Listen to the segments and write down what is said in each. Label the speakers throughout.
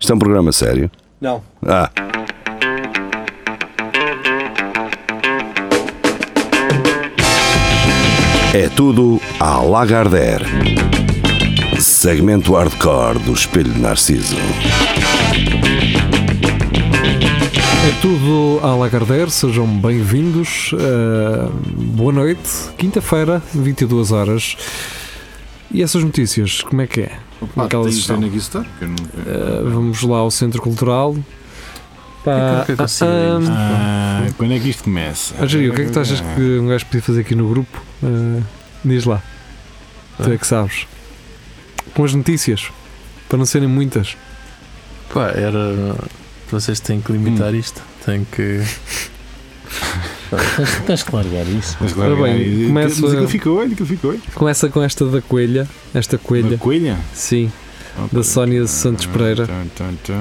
Speaker 1: Isto é um programa sério.
Speaker 2: Não.
Speaker 1: Ah, é tudo à Lagardère. Segmento hardcore do Espelho de Narciso.
Speaker 3: É tudo à Lagardère, sejam bem-vindos. eh, boa noite, quinta-feira, 22 horas. E essas notícias, como é que é? Como é que elas estão?
Speaker 4: Que eu não...
Speaker 3: Eh, vamos lá ao Centro Cultural. Pá,
Speaker 5: que eu consigo
Speaker 3: ah,
Speaker 5: isto?
Speaker 4: Ah, quando é que isto começa?
Speaker 3: ah, Júlio, o que é que tu achas que um gajo podia fazer aqui no grupo? Eh, diz lá. Tu é que sabes. Com as notícias, para não serem muitas.
Speaker 5: Pá, era. Vocês têm que limitar isto. Têm que.
Speaker 6: Tens que largar isso.
Speaker 4: Mas claro, é,
Speaker 3: Ora bem,
Speaker 4: cara,
Speaker 3: começa-
Speaker 4: Mas aquilo ficou, olha, aquilo ficou.
Speaker 3: Começa com esta da coelha, esta coelha,
Speaker 4: Uma coelha?
Speaker 3: sim,
Speaker 4: Ok.
Speaker 3: da Sónia Santos Pereira.
Speaker 4: Tum, tum, tum.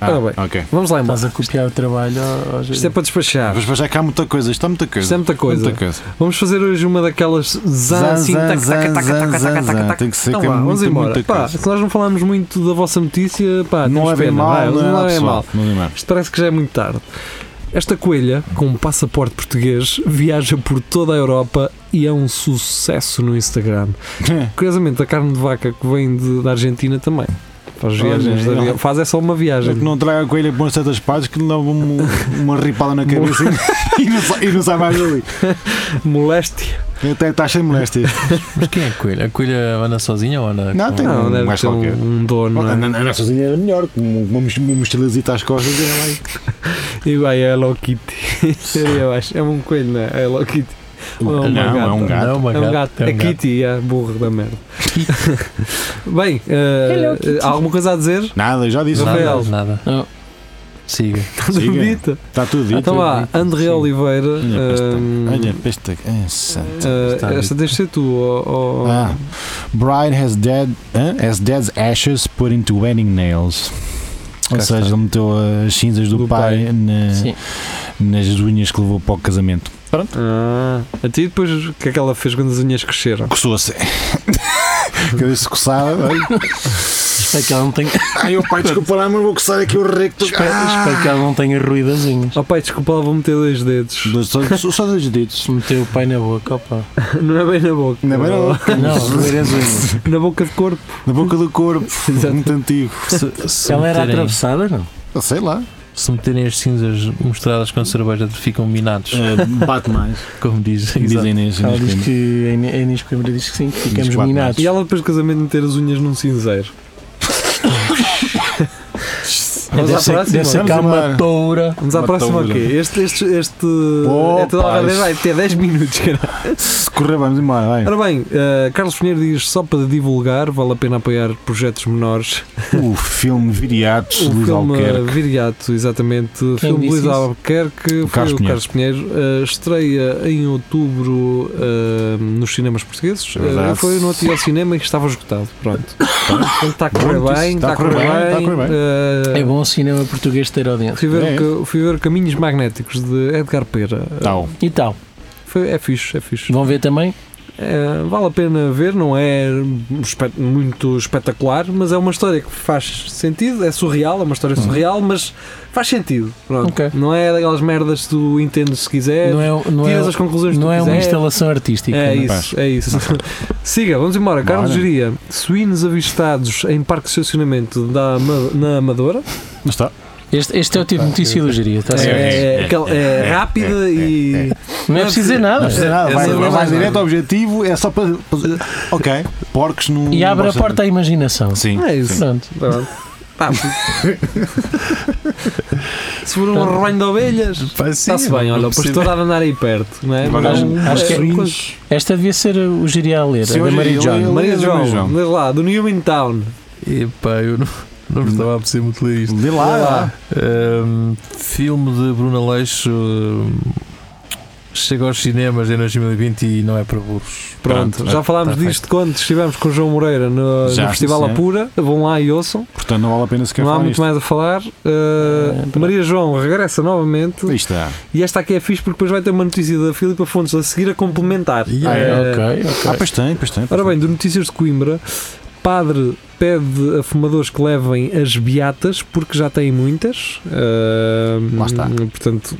Speaker 4: Ah,
Speaker 3: Ora bem.
Speaker 4: ok.
Speaker 3: Vamos lá embora.
Speaker 5: Estás a copiar o trabalho ao, ao
Speaker 3: Isto é para despachar.
Speaker 4: Mas já cá há muita coisa, isto há muita coisa.
Speaker 3: Isto é muita coisa.
Speaker 4: Muita coisa.
Speaker 3: Vamos fazer hoje uma daquelas zan, assim, tac, tac, tac, tac, tac, tac, tac, tac.
Speaker 4: Tem que ser
Speaker 3: Então
Speaker 4: que é
Speaker 3: vá, vamos
Speaker 4: muita,
Speaker 3: embora.
Speaker 4: muita
Speaker 3: Pá,
Speaker 4: coisa.
Speaker 3: se nós não falarmos muito da vossa notícia, pá,
Speaker 4: Não
Speaker 3: temos
Speaker 4: é bem
Speaker 3: pena, vai,
Speaker 4: mal, não é
Speaker 3: não
Speaker 4: nada
Speaker 3: é
Speaker 4: pessoal,
Speaker 3: mal.
Speaker 4: não é mal.
Speaker 3: Isto parece que já é muito tarde. Esta coelha, com um passaporte português, viaja por toda a Europa e é um sucesso no Instagram. Curiosamente, a carne de vaca que vem de- da Argentina também. Faz,
Speaker 4: Olha,
Speaker 3: viagens de
Speaker 4: é.
Speaker 3: avião. Faz é só uma
Speaker 4: Já
Speaker 3: viagem.
Speaker 4: que não traga a coelha para umas certas partes que lhe dá uma, uma ripada na cabeça e- e, não sai, e não sai mais dali.
Speaker 3: Moléstia.
Speaker 4: Até está sem moléstia.
Speaker 5: Mas quem é a coelha? A coelha anda sozinha ou anda?
Speaker 4: Não,
Speaker 5: com-
Speaker 4: tem-
Speaker 3: Não,
Speaker 4: Um
Speaker 3: deve
Speaker 4: gajo
Speaker 3: ter
Speaker 4: qualquer.
Speaker 3: um, um dono. não é?
Speaker 4: A nossa sozinha era melhor, com uma, mos- uma mochilazita às costas era lá.
Speaker 3: E vai a é Hello Kitty. Seria, eu acho. É um coelho, não é? A Hello Kitty. Ou
Speaker 4: Não, é um gato.
Speaker 5: Não, é uma
Speaker 3: É um gato.
Speaker 5: é
Speaker 3: a
Speaker 5: um gato.
Speaker 3: Kitty, é burro da merda. Bem, eh, há alguma coisa a dizer?
Speaker 4: Nada, já disse.
Speaker 3: Rafael.
Speaker 5: Nada, nada.
Speaker 6: Não.
Speaker 5: Siga.
Speaker 4: Siga.
Speaker 3: Dita.
Speaker 4: Está tudo dito.
Speaker 3: Então lá, André
Speaker 5: Sim.
Speaker 3: Oliveira.
Speaker 4: Olha, peste-
Speaker 3: ehm,
Speaker 4: Olha, peste. É, santo.
Speaker 3: eh,
Speaker 5: está
Speaker 3: esta
Speaker 5: dito.
Speaker 3: tens de ser tu, ou- ou-
Speaker 4: Ah, Bride has dead hã? has dead's ashes put into wedding nails. Ou
Speaker 3: Cá
Speaker 4: seja,
Speaker 3: está.
Speaker 4: ele meteu as cinzas do,
Speaker 3: Do
Speaker 4: pai,
Speaker 3: pai.
Speaker 4: na-
Speaker 6: Sim.
Speaker 4: nas unhas que levou para o casamento.
Speaker 3: Ah, a ti depois o que é que ela fez quando as unhas cresceram?
Speaker 4: Coçou-se. Cada vez se coçava. olha.
Speaker 5: Espero que ela não tenha,
Speaker 4: Ai, o pai, desculpa lá, mas vou coçar aqui o recto.
Speaker 5: espero, espero que ela não tenha ruído das unhas.
Speaker 3: Oh pai, desculpa, lá vou meter dois dedos.
Speaker 4: Dois- Só, só dois dedos.
Speaker 5: Se meteu o pai na boca, opa.
Speaker 3: Não é bem na boca.
Speaker 4: Na boca,
Speaker 5: Não, roer as unhas.
Speaker 3: Na boca de corpo.
Speaker 4: na boca do corpo.
Speaker 3: Exato.
Speaker 4: Muito antigo.
Speaker 5: Se, se
Speaker 6: Ela era
Speaker 5: meterem-
Speaker 6: atravessada, não?
Speaker 4: Sei lá.
Speaker 5: Se meterem as cinzas mostradas com cerveja, ficam minados,
Speaker 4: Ah, bate mais.
Speaker 5: um como diz.
Speaker 4: Dizem nesse.
Speaker 5: Ela
Speaker 4: nesse filme.
Speaker 5: diz que a Inês- a Inês Coimbra diz que sim, que ficamos
Speaker 4: quatro
Speaker 5: minados.
Speaker 3: E ela depois do casamento meter as unhas num cinzeiro. Vamos à
Speaker 5: É, Deve ser,
Speaker 3: próxima.
Speaker 5: deve ser
Speaker 4: Vamos
Speaker 5: cá
Speaker 4: embora.
Speaker 5: uma toura.
Speaker 3: Vamos à
Speaker 4: Uma
Speaker 3: próxima
Speaker 4: toura.
Speaker 3: aqui. Este, este, este
Speaker 4: Oh,
Speaker 3: é toda a
Speaker 4: paz.
Speaker 3: hora, vai ter 10 minutos, caralho.
Speaker 4: Se correr, vamos embora. Vai.
Speaker 3: Ora bem, eh, Carlos Pinheiro diz só para divulgar, vale a pena apoiar projetos menores.
Speaker 4: O filme Viriatos,
Speaker 3: o
Speaker 4: Luís
Speaker 3: filme eh,
Speaker 4: Alquerque.
Speaker 3: Viriato, exatamente. o
Speaker 5: Quem
Speaker 3: filme
Speaker 5: disse
Speaker 3: Luís
Speaker 5: isso?
Speaker 3: Albuquerque,
Speaker 4: O
Speaker 3: foi
Speaker 4: Carlos
Speaker 3: o Carlos Pinheiro. eh, estreia em outubro eh, nos cinemas portugueses.
Speaker 4: É verdade.
Speaker 3: Eh, foi no outro dia ao cinema e estava esgotado. Pronto. Portanto, está a correr
Speaker 4: Pronto,
Speaker 3: bem, está
Speaker 4: está
Speaker 3: a correr bem.
Speaker 4: está a correr bem.
Speaker 3: eh,
Speaker 5: É bom o cinema português ter audiência.
Speaker 3: Fui ver,
Speaker 4: É.
Speaker 3: o ca- fui ver Caminhos Magnéticos de Edgar Pera.
Speaker 4: Tal.
Speaker 5: E tal,
Speaker 3: Foi- é fixe, é fixe.
Speaker 5: vão ver também?
Speaker 3: É, vale a pena ver, não é um espe- muito espetacular, mas é uma história que faz sentido, é surreal, é uma história surreal, mas faz sentido. Pronto.
Speaker 5: Ok.
Speaker 3: Não é daquelas merdas que tu entendes se quiseres,
Speaker 5: Não é, não é,
Speaker 3: tiras as conclusões
Speaker 5: não
Speaker 3: que
Speaker 5: é
Speaker 3: tu
Speaker 5: uma
Speaker 3: quiseres.
Speaker 5: instalação artística.
Speaker 3: É
Speaker 5: não é?
Speaker 3: isso, é isso. Siga, vamos embora. Carlos
Speaker 4: Bora.
Speaker 3: Geria, suínos avistados em parque de estacionamento da, Ama- na Amadora.
Speaker 4: Mas está.
Speaker 5: Este, este é o tipo
Speaker 7: Tá,
Speaker 5: de notícia do geria, está
Speaker 3: É,
Speaker 5: certo?
Speaker 4: é, é,
Speaker 3: aquela- é
Speaker 4: é,
Speaker 3: rápida
Speaker 4: é,
Speaker 3: e.
Speaker 5: Não é preciso dizer nada.
Speaker 4: Não precisa nada,
Speaker 3: Essa
Speaker 4: vai,
Speaker 3: não é
Speaker 4: vai
Speaker 3: mais
Speaker 4: mais direto
Speaker 3: nada.
Speaker 4: ao objetivo, é só para. para- Ok, porcos não.
Speaker 5: E abre
Speaker 4: não
Speaker 5: a
Speaker 4: gostam
Speaker 5: porta à imaginação.
Speaker 4: de- Sim.
Speaker 3: É isso.
Speaker 5: Pronto.
Speaker 3: Pronto. Pá, Se for um rebanho de ovelhas, está-se bem. Olha, o pastor há de andar aí perto, não é?
Speaker 4: Agora,
Speaker 3: Mas
Speaker 5: acho-
Speaker 3: é
Speaker 5: acho que-
Speaker 3: uma coisa-
Speaker 5: Esta devia ser o geria a ler, a
Speaker 4: Sim,
Speaker 5: da
Speaker 4: hoje
Speaker 5: Maria
Speaker 4: eu-
Speaker 5: John.
Speaker 4: eu-
Speaker 3: É Maria
Speaker 4: Maria
Speaker 3: João,
Speaker 4: João.
Speaker 3: diz lá, do Newman Town.
Speaker 5: Epá, eu não, não me estava a perceber muito ler isto.
Speaker 4: Lê lá,
Speaker 3: Vê
Speaker 4: lá.
Speaker 3: lá.
Speaker 5: Um,
Speaker 7: Filme de Bruno Aleixo um, chega aos cinemas em 2020 e não é para burros.
Speaker 3: Pronto,
Speaker 4: Pronto,
Speaker 3: já falámos
Speaker 7: tá
Speaker 3: disto quando estivemos com o João Moreira no,
Speaker 4: Já,
Speaker 3: no Festival
Speaker 4: sim.
Speaker 3: Apura. Vão lá e ouçam.
Speaker 4: Portanto, não vale a pena sequer
Speaker 3: não há
Speaker 4: falar
Speaker 3: muito
Speaker 4: isto.
Speaker 3: mais a falar. Uh, Maria João regressa novamente.
Speaker 4: Aí está.
Speaker 3: E esta aqui é fixe porque depois vai ter uma notícia da Filipa Fontes a seguir a complementar.
Speaker 5: Ah, é,
Speaker 3: Eh,
Speaker 5: ok,
Speaker 4: Ah,
Speaker 5: ok.
Speaker 4: pois tem, pois tem.
Speaker 3: Ora bem, do Notícias de Coimbra, padre pede a fumadores que levem as beatas, porque já têm muitas. Ah,
Speaker 4: Lá está.
Speaker 3: Portanto,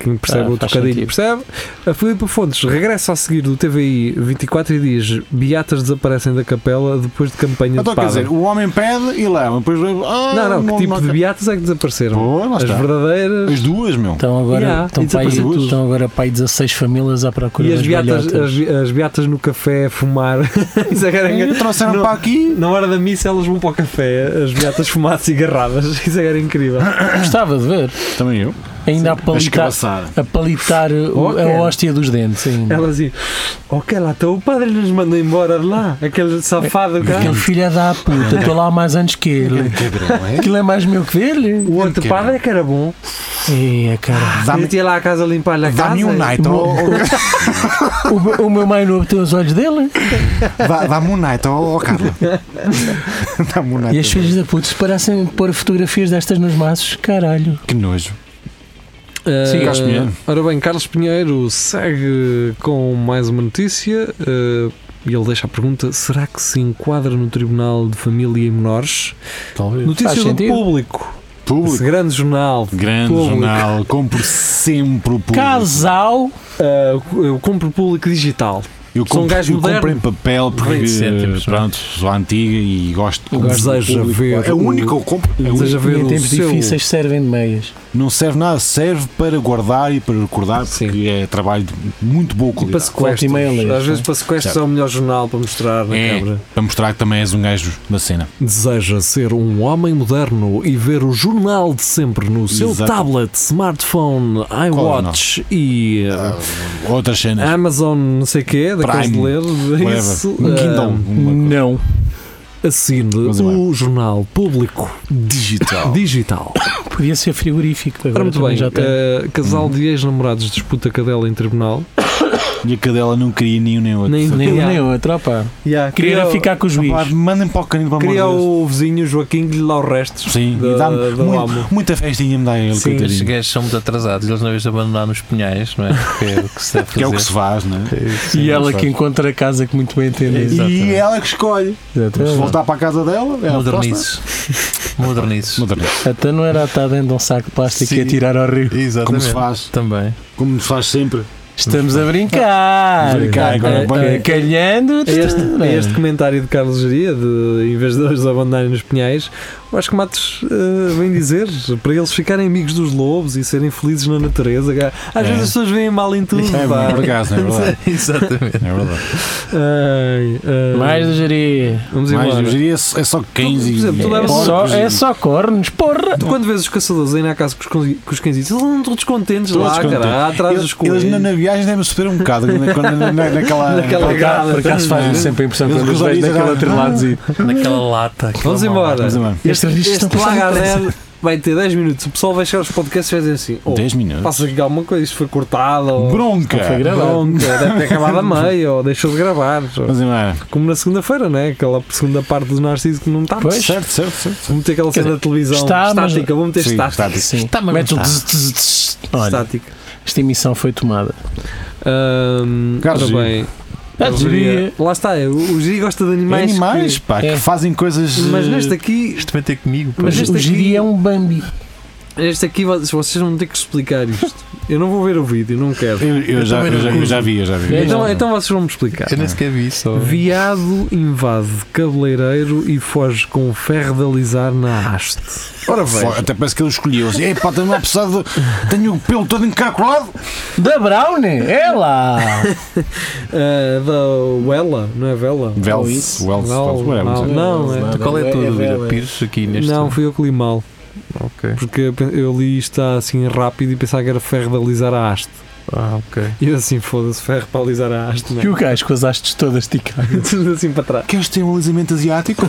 Speaker 3: quem percebe
Speaker 5: Ah,
Speaker 3: o
Speaker 5: faz
Speaker 3: trocadilho
Speaker 5: sentido.
Speaker 3: percebe. A Filipe Fontes regressa a seguir do TVI 24 e diz: Beatas desaparecem da capela depois de campanha
Speaker 4: Então
Speaker 3: de
Speaker 4: quer
Speaker 3: padre.
Speaker 4: dizer, o homem pede e leva. Depois leva. Ah,
Speaker 3: não, não, que tipo de beatas é que desapareceram?
Speaker 4: Pô, lá
Speaker 3: As
Speaker 4: está.
Speaker 3: verdadeiras.
Speaker 4: As duas, meu.
Speaker 5: Então agora
Speaker 3: Yeah,
Speaker 5: estão,
Speaker 3: e
Speaker 5: para aí,
Speaker 4: desapareceu tudo.
Speaker 5: estão agora para aí 16 famílias à procura
Speaker 3: E as
Speaker 5: das
Speaker 3: beatas,
Speaker 5: velhotas.
Speaker 3: as, as beatas no café a fumar. Isso é que era engra-
Speaker 4: E trouxeram
Speaker 3: Não.
Speaker 4: para aqui.
Speaker 3: Na hora da missa elas vão para o café, as beatas fumar cigarradas. Isso é que era incrível.
Speaker 5: Gostava de ver.
Speaker 4: Também eu.
Speaker 5: Ainda a
Speaker 4: A
Speaker 5: palitar,
Speaker 4: escabaçada.
Speaker 5: a palitar eh, o-
Speaker 3: Ok.
Speaker 5: a hóstia dos dentes ainda.
Speaker 3: Elas assim, ok, lá está o padre, nos mandou embora de lá. Aquele safado cá.
Speaker 5: Aquele filho é da puta, estou lá há mais anos que ele.
Speaker 4: Cabrão, é?
Speaker 5: Aquilo é mais meu que dele.
Speaker 3: O outro padre é que era bom.
Speaker 5: Ei, cara.
Speaker 4: Dá-me-
Speaker 3: Metia lá a casa a limpar-lhe a casa.
Speaker 4: Dá-me um night, ao- ao-
Speaker 5: O, meu- o meu mãe não abriu os olhos dele.
Speaker 4: dá- dá-me um night, ó Carla. Dá-me um night.
Speaker 5: E as filhas da puta se parecem pôr fotografias destas nos maços, caralho.
Speaker 4: Que nojo.
Speaker 3: Ah,
Speaker 4: Sim, Carlos Pinheiro.
Speaker 3: Ora bem, Carlos Pinheiro segue com mais uma notícia ah, e ele deixa a pergunta: será que se enquadra no Tribunal de Família e Menores?
Speaker 7: Talvez.
Speaker 3: Notícia
Speaker 5: Faz
Speaker 3: do
Speaker 5: sentido.
Speaker 3: público. Esse
Speaker 4: Público.
Speaker 3: grande jornal.
Speaker 4: Grande
Speaker 3: Público.
Speaker 4: jornal. Compro sempre o público.
Speaker 5: Casal
Speaker 3: ah, eu compro público digital.
Speaker 4: Eu
Speaker 3: Sou um
Speaker 4: compro,
Speaker 3: gajo
Speaker 4: eu compro
Speaker 3: moderno.
Speaker 4: em papel porque
Speaker 7: 20 cêntimos, não é?
Speaker 4: pronto, sou antiga e gosto.
Speaker 3: Eu
Speaker 4: compro
Speaker 3: desejo
Speaker 4: público.
Speaker 3: ver
Speaker 4: É o
Speaker 3: o-
Speaker 4: único que eu compro. É o único.
Speaker 3: Deseja ver
Speaker 5: em
Speaker 3: o
Speaker 5: tempos
Speaker 3: seu... tipo
Speaker 5: difíceis servem de meias.
Speaker 4: Não serve nada, serve para guardar e para recordar porque
Speaker 3: Sim.
Speaker 4: é trabalho de muito boa
Speaker 3: E para
Speaker 4: qualidade.
Speaker 5: Volta e
Speaker 3: sequestros.
Speaker 5: meia lês,
Speaker 3: Às
Speaker 5: não
Speaker 3: vezes para sequestros é o melhor jornal para mostrar na
Speaker 4: É.
Speaker 3: câmara.
Speaker 4: Para mostrar que também és um gajo da cena.
Speaker 3: Deseja ser um homem moderno e ver o jornal de sempre no seu
Speaker 4: Exato.
Speaker 3: tablet, smartphone, iWatch e uh,
Speaker 4: Outras cenas.
Speaker 3: Amazon não sei quê, daqueles de
Speaker 4: Prime,
Speaker 3: ler. é
Speaker 4: whatever.
Speaker 3: Ah, Isso,
Speaker 4: Um Kindle.
Speaker 3: ah,
Speaker 4: uma coisa.
Speaker 3: assine
Speaker 4: Vamos
Speaker 3: o jornal público
Speaker 4: Digital.
Speaker 3: digital.
Speaker 5: Podia ser frigorífico.
Speaker 3: Ora,
Speaker 5: Agora
Speaker 3: muito
Speaker 5: também
Speaker 3: bem,
Speaker 5: Já
Speaker 7: eh,
Speaker 5: tem.
Speaker 3: ah, casal de ex-namorados disputa cadela em tribunal.
Speaker 4: E a cadela não queria nenhum nem outro.
Speaker 3: Nem-
Speaker 5: Nem
Speaker 3: Yeah.
Speaker 5: uma nem outra, opa. Queria
Speaker 3: é
Speaker 5: era ficar com os
Speaker 4: Pá,
Speaker 5: juiz.
Speaker 4: mandem para o canino para
Speaker 3: Queria
Speaker 4: amor de Deus.
Speaker 3: o vizinho Joaquim que lhe dá os restos.
Speaker 4: Sim,
Speaker 3: da-
Speaker 4: e dá-me
Speaker 3: da
Speaker 4: muito-
Speaker 3: Lama.
Speaker 4: muita festinha me dá ele,
Speaker 3: Sim,
Speaker 7: Estes
Speaker 4: coitadinho.
Speaker 7: gajos são muito atrasados, eles não vez abandonar nos punhais, não é? Que é o que se deve fazer.
Speaker 4: Que é o que se faz, não é?
Speaker 5: e ela
Speaker 4: sabe.
Speaker 5: que encontra a casa que muito bem entende.
Speaker 7: Exatamente.
Speaker 4: E é ela que escolhe.
Speaker 3: é Então
Speaker 4: Se voltar para a casa dela, é
Speaker 7: Modernizes. Modernizes.
Speaker 4: Modernizes.
Speaker 5: Até
Speaker 2: Então
Speaker 5: não era
Speaker 2: tá
Speaker 5: atada dentro de um saco de plástico
Speaker 7: Sim.
Speaker 5: e a tirar ao rio.
Speaker 4: Como se
Speaker 7: Exatamente.
Speaker 4: faz.
Speaker 7: Também.
Speaker 4: Como se faz sempre.
Speaker 3: É
Speaker 5: Estamos a brincar.
Speaker 4: Brincar, agora
Speaker 5: Ah,
Speaker 4: bem.
Speaker 5: ah, Calhando.
Speaker 3: A É este, a este comentário de Carlos Geria, de em vez de eles abandarem nos pinhais, eu acho que Matos eh, vem dizer para eles ficarem amigos dos lobos e serem felizes na natureza. cá. Às
Speaker 4: É.
Speaker 3: vezes as pessoas veem mal em tudo.
Speaker 4: É
Speaker 3: pá.
Speaker 4: por acaso, não é verdade?
Speaker 7: Exatamente.
Speaker 4: É verdade.
Speaker 3: Ai, ai.
Speaker 5: Mais do gerir.
Speaker 3: Vamos
Speaker 4: Mas eu
Speaker 3: embora.
Speaker 4: diria é só é só cães
Speaker 3: Tu-
Speaker 4: e.
Speaker 3: Então, por exemplo, tu
Speaker 5: É
Speaker 3: levas-
Speaker 4: porcos
Speaker 5: só,
Speaker 4: e-
Speaker 5: é só cornos, porra!
Speaker 3: Tu quando vês os caçadores aí na casa com os, cães- com os cãezitos, eles andam todos contentes
Speaker 4: Todos
Speaker 3: lá,
Speaker 4: contentes.
Speaker 3: cara, atrás dos
Speaker 4: Eles,
Speaker 3: coelhos.
Speaker 4: eles na, na viagem devem sofrer um bocado quando- quando- na- na- naquela.
Speaker 3: Naquela
Speaker 4: naquela-
Speaker 3: gada.
Speaker 5: Por acaso faz-me
Speaker 4: Sim.
Speaker 5: sempre a impressão
Speaker 4: Eles
Speaker 5: quando os
Speaker 4: cruzam
Speaker 5: vejo
Speaker 4: isso,
Speaker 5: naquele
Speaker 4: já-
Speaker 5: outro ladozinho.
Speaker 7: Naquela lata. aquela
Speaker 3: Vamos embora.
Speaker 4: Vamos embora.
Speaker 3: Este,
Speaker 5: Estas
Speaker 3: este, é-
Speaker 5: revistas estão passando
Speaker 3: lagarder vai ter 10 minutos. O pessoal vai chegar aos podcasts e vai dizer assim: oh,
Speaker 4: 10 minutos.
Speaker 3: passa aqui alguma coisa, isto foi cortado. Ou...
Speaker 4: Bronca!
Speaker 5: Não foi grave. Gravar.
Speaker 3: Bronca, deve ter acabado a meio, ou deixou de gravar.
Speaker 4: Vamos embora.
Speaker 3: Como na segunda-feira, né? Aquela segunda parte do Narciso que não está.
Speaker 5: Pois.
Speaker 4: Certo, certo, certo.
Speaker 3: Vou meter aquela
Speaker 5: Quer
Speaker 3: cena da televisão
Speaker 5: está, mas-
Speaker 3: estática, vou meter
Speaker 4: Sim,
Speaker 3: estática.
Speaker 4: estática.
Speaker 5: Sim.
Speaker 7: Está, mas
Speaker 5: Metes um
Speaker 7: não
Speaker 5: tz, tz, tz. Olha,
Speaker 3: Estática.
Speaker 5: esta emissão foi tomada.
Speaker 3: Ahm,
Speaker 4: Carlos
Speaker 3: ora
Speaker 4: Gil.
Speaker 3: bem,
Speaker 5: Ah,
Speaker 3: eu
Speaker 5: diria-
Speaker 3: diria- lá está, eu- o Giri gosta de animais.
Speaker 4: Animais, pá,
Speaker 5: É.
Speaker 4: que fazem coisas.
Speaker 3: que- mas
Speaker 4: eh,
Speaker 3: neste aqui,
Speaker 7: Isto vai ter comigo. pá.
Speaker 3: Mas- este
Speaker 5: O
Speaker 3: aqui-
Speaker 5: Giri é um Bambi.
Speaker 3: este aqui vo- vocês vão ter que explicar isto. Eu não vou ver o vídeo, não quero.
Speaker 4: Eu, eu já,
Speaker 7: também
Speaker 4: eu,
Speaker 7: não
Speaker 4: já, eu
Speaker 7: curto.
Speaker 4: já vi, eu já vi.
Speaker 5: É,
Speaker 3: Então,
Speaker 5: não.
Speaker 3: então vocês vão me explicar.
Speaker 7: Eu nem sequer vi só.
Speaker 3: Viado invade cabeleireiro e foge com um ferro de alisar na haste. Ora
Speaker 4: Fo-
Speaker 3: bem,
Speaker 4: Até parece que ele escolheu. assim, Ei, pá, tenho uma pesada. Tenho o pelo todo encaracolado.
Speaker 5: Da Brown, é lá!
Speaker 3: Ah, da Wella, não é Vela?
Speaker 4: Wells,
Speaker 3: Ou isso?
Speaker 4: Wells,
Speaker 3: Val-
Speaker 4: Wells, whatever.
Speaker 3: Val- não, é.
Speaker 7: Tu qual é a tua
Speaker 5: É
Speaker 7: dúvida?
Speaker 5: velho.
Speaker 7: Pires aqui neste.
Speaker 3: Não, fui eu que li mal.
Speaker 7: Ok.
Speaker 3: Porque eu pe- eu li isto assim rápido e pensava que era ferro de alisar a haste.
Speaker 7: Ah, ok.
Speaker 3: E eu assim, foda-se, ferro para alisar a haste, não
Speaker 5: E
Speaker 3: é?
Speaker 5: o gajo com as hastes todas
Speaker 2: tipo,
Speaker 5: ticadas.
Speaker 3: Tudo assim para trás.
Speaker 4: Queres ter um alisamento asiático?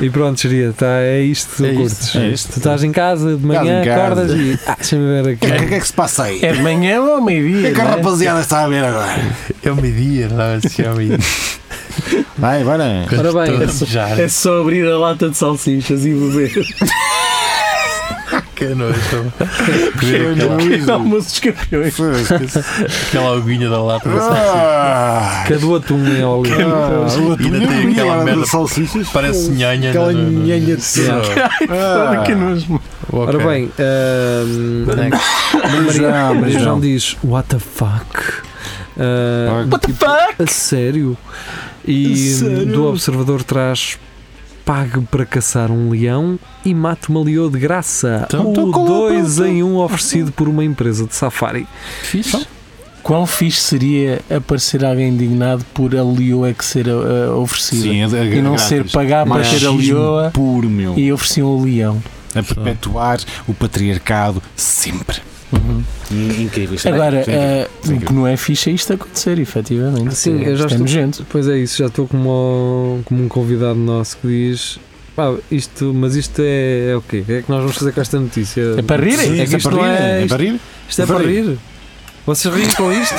Speaker 3: E pronto, seria, tá, é isto que
Speaker 7: É
Speaker 3: tu
Speaker 7: isto,
Speaker 3: curtes.
Speaker 4: é isto.
Speaker 3: Tu estás em casa de manhã,
Speaker 4: em casa.
Speaker 3: acordas e. Ah, deixa-me ver
Speaker 4: O que,
Speaker 3: aqui.
Speaker 4: que é que se passa aí?
Speaker 5: É de manhã ou ao
Speaker 4: O que
Speaker 5: meio-dia?
Speaker 4: é que a
Speaker 5: não é?
Speaker 4: rapaziada está a ver agora?
Speaker 7: É o meio-dia, não é? Se é o meio-dia.
Speaker 4: Vai, vai. né?
Speaker 3: Ora bem,
Speaker 7: Estou a mijar.
Speaker 5: É só abrir a lata de salsichas e beber. Que nojo.
Speaker 4: Cheio de
Speaker 5: Aquele
Speaker 4: nojo.
Speaker 5: almoço dos campeões. Aquela aguinha da lata.
Speaker 4: Ah,
Speaker 3: Que é do atum é óleo.
Speaker 4: ah, o atum
Speaker 5: Ainda tem
Speaker 4: é
Speaker 5: aquela
Speaker 4: uma merda
Speaker 5: merda.
Speaker 4: de salsichas.
Speaker 5: Parece nhanha.
Speaker 4: Aquela
Speaker 5: no- no- no-
Speaker 4: nhanha de
Speaker 5: Sim.
Speaker 4: cera. Ah,
Speaker 5: Que nojo.
Speaker 7: Ok.
Speaker 3: Ora bem, ahm,
Speaker 5: Next.
Speaker 3: Maria,
Speaker 4: Marijão,
Speaker 3: Maria João
Speaker 4: Marijão.
Speaker 3: diz: What the fuck? Ah,
Speaker 4: What
Speaker 3: tipo, A sério? E
Speaker 4: A sério?
Speaker 3: do observador traz: Pague para caçar um leão e mate uma leoa de graça.
Speaker 5: Então,
Speaker 3: o
Speaker 4: então, qual é o
Speaker 3: dois
Speaker 4: ponto?
Speaker 3: em um oferecido por uma empresa de safari.
Speaker 5: Fixe.
Speaker 2: Quão então, fixe seria aparecer alguém indignado por a Leoa que ser eh, oferecida
Speaker 4: Sim, é, é
Speaker 2: e não
Speaker 4: grátis.
Speaker 2: ser pagar para ter a
Speaker 4: Machismo
Speaker 2: Leoa
Speaker 4: puro, meu.
Speaker 2: e ofereciam o leão?
Speaker 4: A perpetuar o patriarcado sempre.
Speaker 5: Uhum.
Speaker 6: Incrível isto. é
Speaker 2: Agora,
Speaker 4: Sim,
Speaker 2: eh,
Speaker 4: sim.
Speaker 2: o que não é fixe é isto acontecer, efetivamente.
Speaker 3: Sim, eu já
Speaker 2: Isto é
Speaker 3: estou-
Speaker 2: nojento.
Speaker 3: Pois é, isso já estou como, como um convidado nosso que diz. Pá, isto, mas isto é, é o quê? O que é que nós vamos fazer com esta notícia?
Speaker 2: É para rir?
Speaker 4: Sim,
Speaker 3: É que isto não é.
Speaker 4: é
Speaker 3: Isto,
Speaker 4: para rir.
Speaker 3: isto é para
Speaker 4: Rir.
Speaker 3: rir. Vocês riem com isto?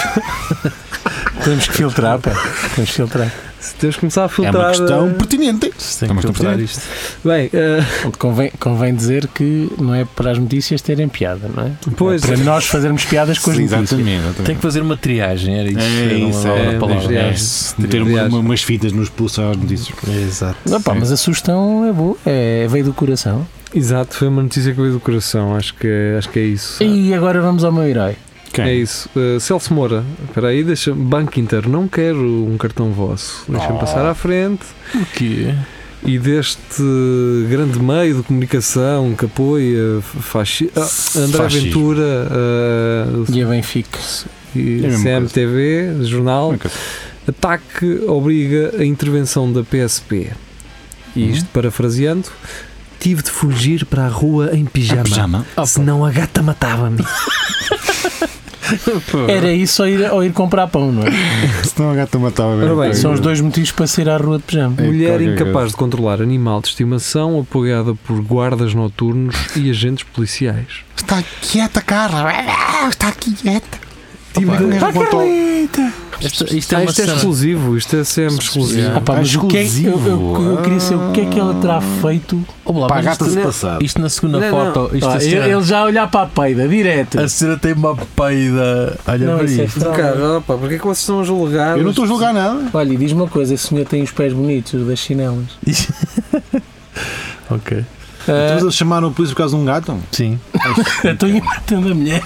Speaker 2: Temos que filtrar, pá. Temos que filtrar.
Speaker 3: Temos que começar a
Speaker 4: É
Speaker 3: filtrar.
Speaker 4: uma questão é
Speaker 3: eh,
Speaker 4: pertinente.
Speaker 5: Isto Tem que
Speaker 4: Estamos
Speaker 5: filtrar
Speaker 4: a
Speaker 5: isto.
Speaker 3: Bem, eh,
Speaker 2: Convém, convém dizer que não é para as notícias terem piada, não é?
Speaker 3: pois.
Speaker 2: É para nós fazermos piadas com as
Speaker 4: Sim,
Speaker 2: notícias.
Speaker 4: Exatamente.
Speaker 7: Tem
Speaker 4: exatamente.
Speaker 7: que fazer uma triagem, era isso.
Speaker 4: É
Speaker 7: era uma
Speaker 4: isso,
Speaker 7: nova
Speaker 3: é,
Speaker 7: palavra.
Speaker 3: é.
Speaker 4: Ter uma-
Speaker 3: Aliás.
Speaker 4: uma- umas fitas nos pulsos às notícias.
Speaker 5: Exato.
Speaker 2: Não, pá, mas a sugestão é boa, é, veio do coração.
Speaker 3: Exato, foi uma notícia que veio do coração. Acho que, acho que é isso.
Speaker 2: E agora vamos ao meu herói.
Speaker 4: Quem?
Speaker 3: É isso. Eh, Celso Moura, espera aí, deixa Banco Inter, não quero um cartão vosso. Deixa-me
Speaker 4: Oh.
Speaker 3: passar à frente.
Speaker 5: O quê?
Speaker 3: E deste grande meio de comunicação que apoia faxi... ah, André
Speaker 4: Fascismo.
Speaker 3: Ventura, eh,
Speaker 2: E a Benfica.
Speaker 3: e
Speaker 4: É a mesma
Speaker 3: CMTV, jornal,
Speaker 4: Ok.
Speaker 3: Ataque obriga a intervenção da PSP. E isto, parafraseando, tive de fugir para a rua em pijama.
Speaker 4: Pijama.
Speaker 3: Senão a gata matava-me.
Speaker 2: Era isso ou ir, ou ir comprar pão, não é?
Speaker 4: Senão a gata matava
Speaker 3: Ora bem,
Speaker 2: São os dois motivos para sair à rua de pijama.
Speaker 4: É
Speaker 3: Mulher
Speaker 4: qualquer
Speaker 3: incapaz de controlar animal de estimação, apoiada por guardas noturnos e agentes policiais.
Speaker 4: Está quieta, Carla. Está quieta.
Speaker 2: Tipo,
Speaker 3: Tive
Speaker 2: um
Speaker 3: de-
Speaker 4: Opa, é um
Speaker 7: Esta- isto é
Speaker 3: Ah,
Speaker 7: uma
Speaker 3: isto é
Speaker 7: cena-
Speaker 3: exclusivo, isto é sempre exclusivo.
Speaker 2: Ah, pá, mas o que é, que- eu, eu- eu queria saber o que é que ela terá feito.
Speaker 7: Oh, lá,
Speaker 4: Pá,
Speaker 7: mas isto,
Speaker 2: é-
Speaker 4: gata-se
Speaker 7: na-
Speaker 4: passado.
Speaker 7: isto na segunda
Speaker 3: Não, não.
Speaker 7: foto, isto
Speaker 2: Ah,
Speaker 7: a
Speaker 2: ele
Speaker 7: cena,
Speaker 2: ele já a olhar para a peida, direto.
Speaker 7: a cena tem uma peida. Olha
Speaker 2: Não,
Speaker 7: para
Speaker 2: isso é
Speaker 7: isto.
Speaker 2: fraude.
Speaker 3: Cara, opa, porquê é que vocês estão a
Speaker 2: é
Speaker 3: julgar?
Speaker 4: Eu não estou a julgar nada.
Speaker 2: Olha, e diz uma coisa: esse senhor tem os pés bonitos, os das chinelas.
Speaker 5: Ok.
Speaker 2: Ah,
Speaker 4: Estamos a chamar o polícia por causa de um gato.
Speaker 5: Sim.
Speaker 2: Estou a ir matando a mulher.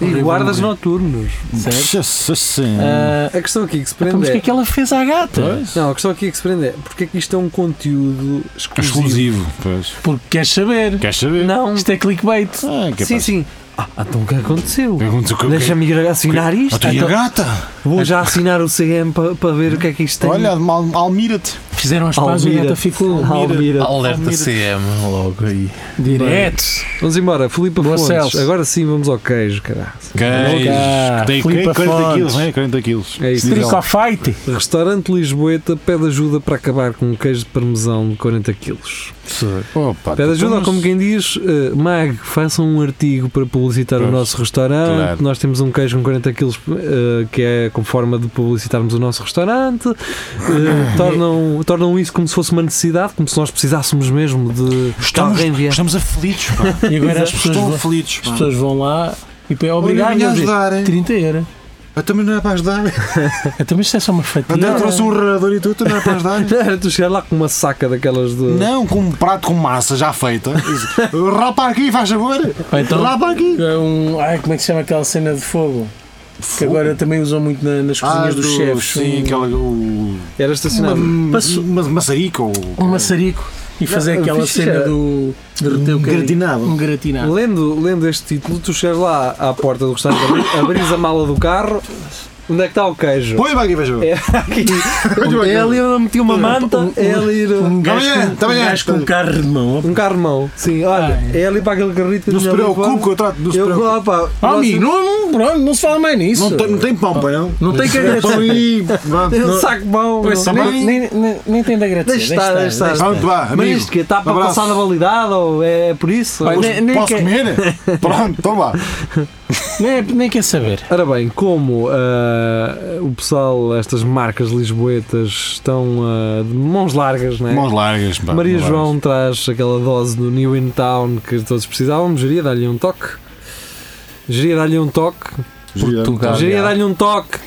Speaker 3: E guardas noturnos.
Speaker 2: Certo?
Speaker 4: Nossa Senhora.
Speaker 2: Ah,
Speaker 3: A questão aqui que se
Speaker 2: então,
Speaker 3: prende
Speaker 2: mas o que
Speaker 3: é...
Speaker 2: é que ela fez à gata?
Speaker 3: Não, a questão aqui que se prende é porque é que isto é um conteúdo exclusivo.
Speaker 4: Exclusivo. Pois.
Speaker 2: Porque queres saber.
Speaker 4: Queres saber?
Speaker 3: Não,
Speaker 2: Isto é clickbait.
Speaker 4: Ah, que
Speaker 3: sim, sim. Ah, então o que aconteceu?
Speaker 4: Pergunto o que eu
Speaker 3: Deixa-me ir assinar isto.
Speaker 4: quero. E a
Speaker 3: Então,
Speaker 4: gata?
Speaker 3: vou já assinar o CM para ver o que é que isto tem.
Speaker 4: Olha, Al- Almira-te.
Speaker 2: Fizeram as pazes e a
Speaker 3: Almira.
Speaker 2: gata ficou
Speaker 3: Almira.
Speaker 5: Alerta CM logo aí.
Speaker 2: direto.
Speaker 3: Vamos embora, Filipe
Speaker 2: Boa,
Speaker 3: Fontes.
Speaker 2: Celso.
Speaker 3: Agora sim vamos ao queijo, caralho.
Speaker 2: cá.
Speaker 4: É Tem
Speaker 2: Filipe
Speaker 4: 40 quilos,
Speaker 2: Fontes.
Speaker 4: não é? 40 quilos.
Speaker 3: É isso.
Speaker 4: Diz
Speaker 2: Trick
Speaker 4: ela.
Speaker 2: or fight.
Speaker 3: Restaurante Lisboeta pede ajuda para acabar com um queijo de parmesão de 40 kg.
Speaker 4: Opa,
Speaker 3: Pede ajuda,
Speaker 4: então,
Speaker 3: como quem diz, eh, Mag, façam um artigo para publicitar o
Speaker 4: Pois,
Speaker 3: nosso restaurante.
Speaker 4: claro.
Speaker 3: Nós temos um queijo com 40 kg que é com forma de publicitarmos o nosso restaurante.
Speaker 4: Ah,
Speaker 3: Eh,
Speaker 4: é.
Speaker 3: tornam, tornam isso como se fosse uma necessidade, como se nós precisássemos mesmo de que
Speaker 4: Estamos,
Speaker 3: alguém viesse.
Speaker 4: estamos aflitos, pá.
Speaker 2: E agora as pessoas,
Speaker 4: Estão
Speaker 2: vão,
Speaker 4: aflitos,
Speaker 2: as
Speaker 4: pá.
Speaker 2: pessoas vão lá e pé obrigado.
Speaker 4: Olha,
Speaker 2: e
Speaker 4: não
Speaker 2: eles
Speaker 4: me
Speaker 2: dizem,
Speaker 4: ajudarem.
Speaker 2: 30 euros.
Speaker 4: Eu também não é para ajudar.
Speaker 2: Até mas isto é só uma fatia.
Speaker 4: Até trouxe um radador e tudo, tu não é para ajudar.
Speaker 3: Era tu chegar lá com uma saca daquelas de.
Speaker 4: Não, com um prato com massa já feita. Rapa aqui, faz favor.
Speaker 2: Ou então,
Speaker 4: Rapa aqui.
Speaker 2: é um, ai, como é que se chama aquela cena de fogo? Que agora também usam muito na- nas cozinhas dos
Speaker 4: Ah, do-
Speaker 2: chefes.
Speaker 4: Sim,
Speaker 2: um,
Speaker 4: aquela. O,
Speaker 3: Era
Speaker 4: uma,
Speaker 3: estacionado.
Speaker 2: Passou-
Speaker 4: uma maçarica ou.
Speaker 2: um maçarico e fazer
Speaker 3: Não,
Speaker 2: aquela
Speaker 3: fixe
Speaker 2: cena
Speaker 3: era-
Speaker 2: do derreter o
Speaker 4: Um
Speaker 2: bocadinho.
Speaker 4: gratinado.
Speaker 2: Um gratinado.
Speaker 3: Lendo, lendo este título, tu chegas lá à porta do restaurante, abri- abris a mala do carro, onde é que está o queijo?
Speaker 4: Põe para aqui, faz favor.
Speaker 3: É aqui. É ali eu meti uma manta, é ali
Speaker 2: Um
Speaker 3: um,
Speaker 2: gajo,
Speaker 4: Também é,
Speaker 2: com,
Speaker 4: também
Speaker 2: um
Speaker 4: é.
Speaker 2: gajo com um carro de mão.
Speaker 3: um carro mão. Sim, olha, é ali para aquele carrito que
Speaker 4: Não se
Speaker 3: tinha ali
Speaker 4: preocupe
Speaker 3: fora.
Speaker 4: que eu trato. Não se
Speaker 3: Eu,
Speaker 4: preocupe.
Speaker 3: opa,
Speaker 2: Ah, amigo, não, não, pronto, não se fala mais nisso.
Speaker 4: Não tem, não tem pão, pai, não?
Speaker 2: Não tem que agradecer.
Speaker 4: Pão aí. vá.
Speaker 3: eu um saco mão.
Speaker 2: Pois,
Speaker 3: não.
Speaker 2: nem, nem, nem, nem tem de agradecer.
Speaker 3: Deixa estar, deixa estar.
Speaker 4: Pronto, vá,
Speaker 3: Mas
Speaker 4: amigo.
Speaker 3: isto que está para
Speaker 4: abraço.
Speaker 3: passar da validade ou é por isso?
Speaker 2: Olha,
Speaker 4: Posso-
Speaker 2: nem- nem
Speaker 4: Posso
Speaker 2: quer-
Speaker 4: comer? Pronto, então vá.
Speaker 2: Nem, é- nem quer saber.
Speaker 3: Ora bem, como ah, o pessoal, estas marcas lisboetas, estão ah, de mãos largas, não é?
Speaker 4: Mãos largas, pá.
Speaker 3: Maria
Speaker 4: mãos
Speaker 3: João traz aquela dose do New in Town que todos precisávamos. Geria, dá-lhe um toque. Geria, dá-lhe um toque.
Speaker 4: largas.
Speaker 7: Portugal.
Speaker 3: Geria, dá-lhe um toque.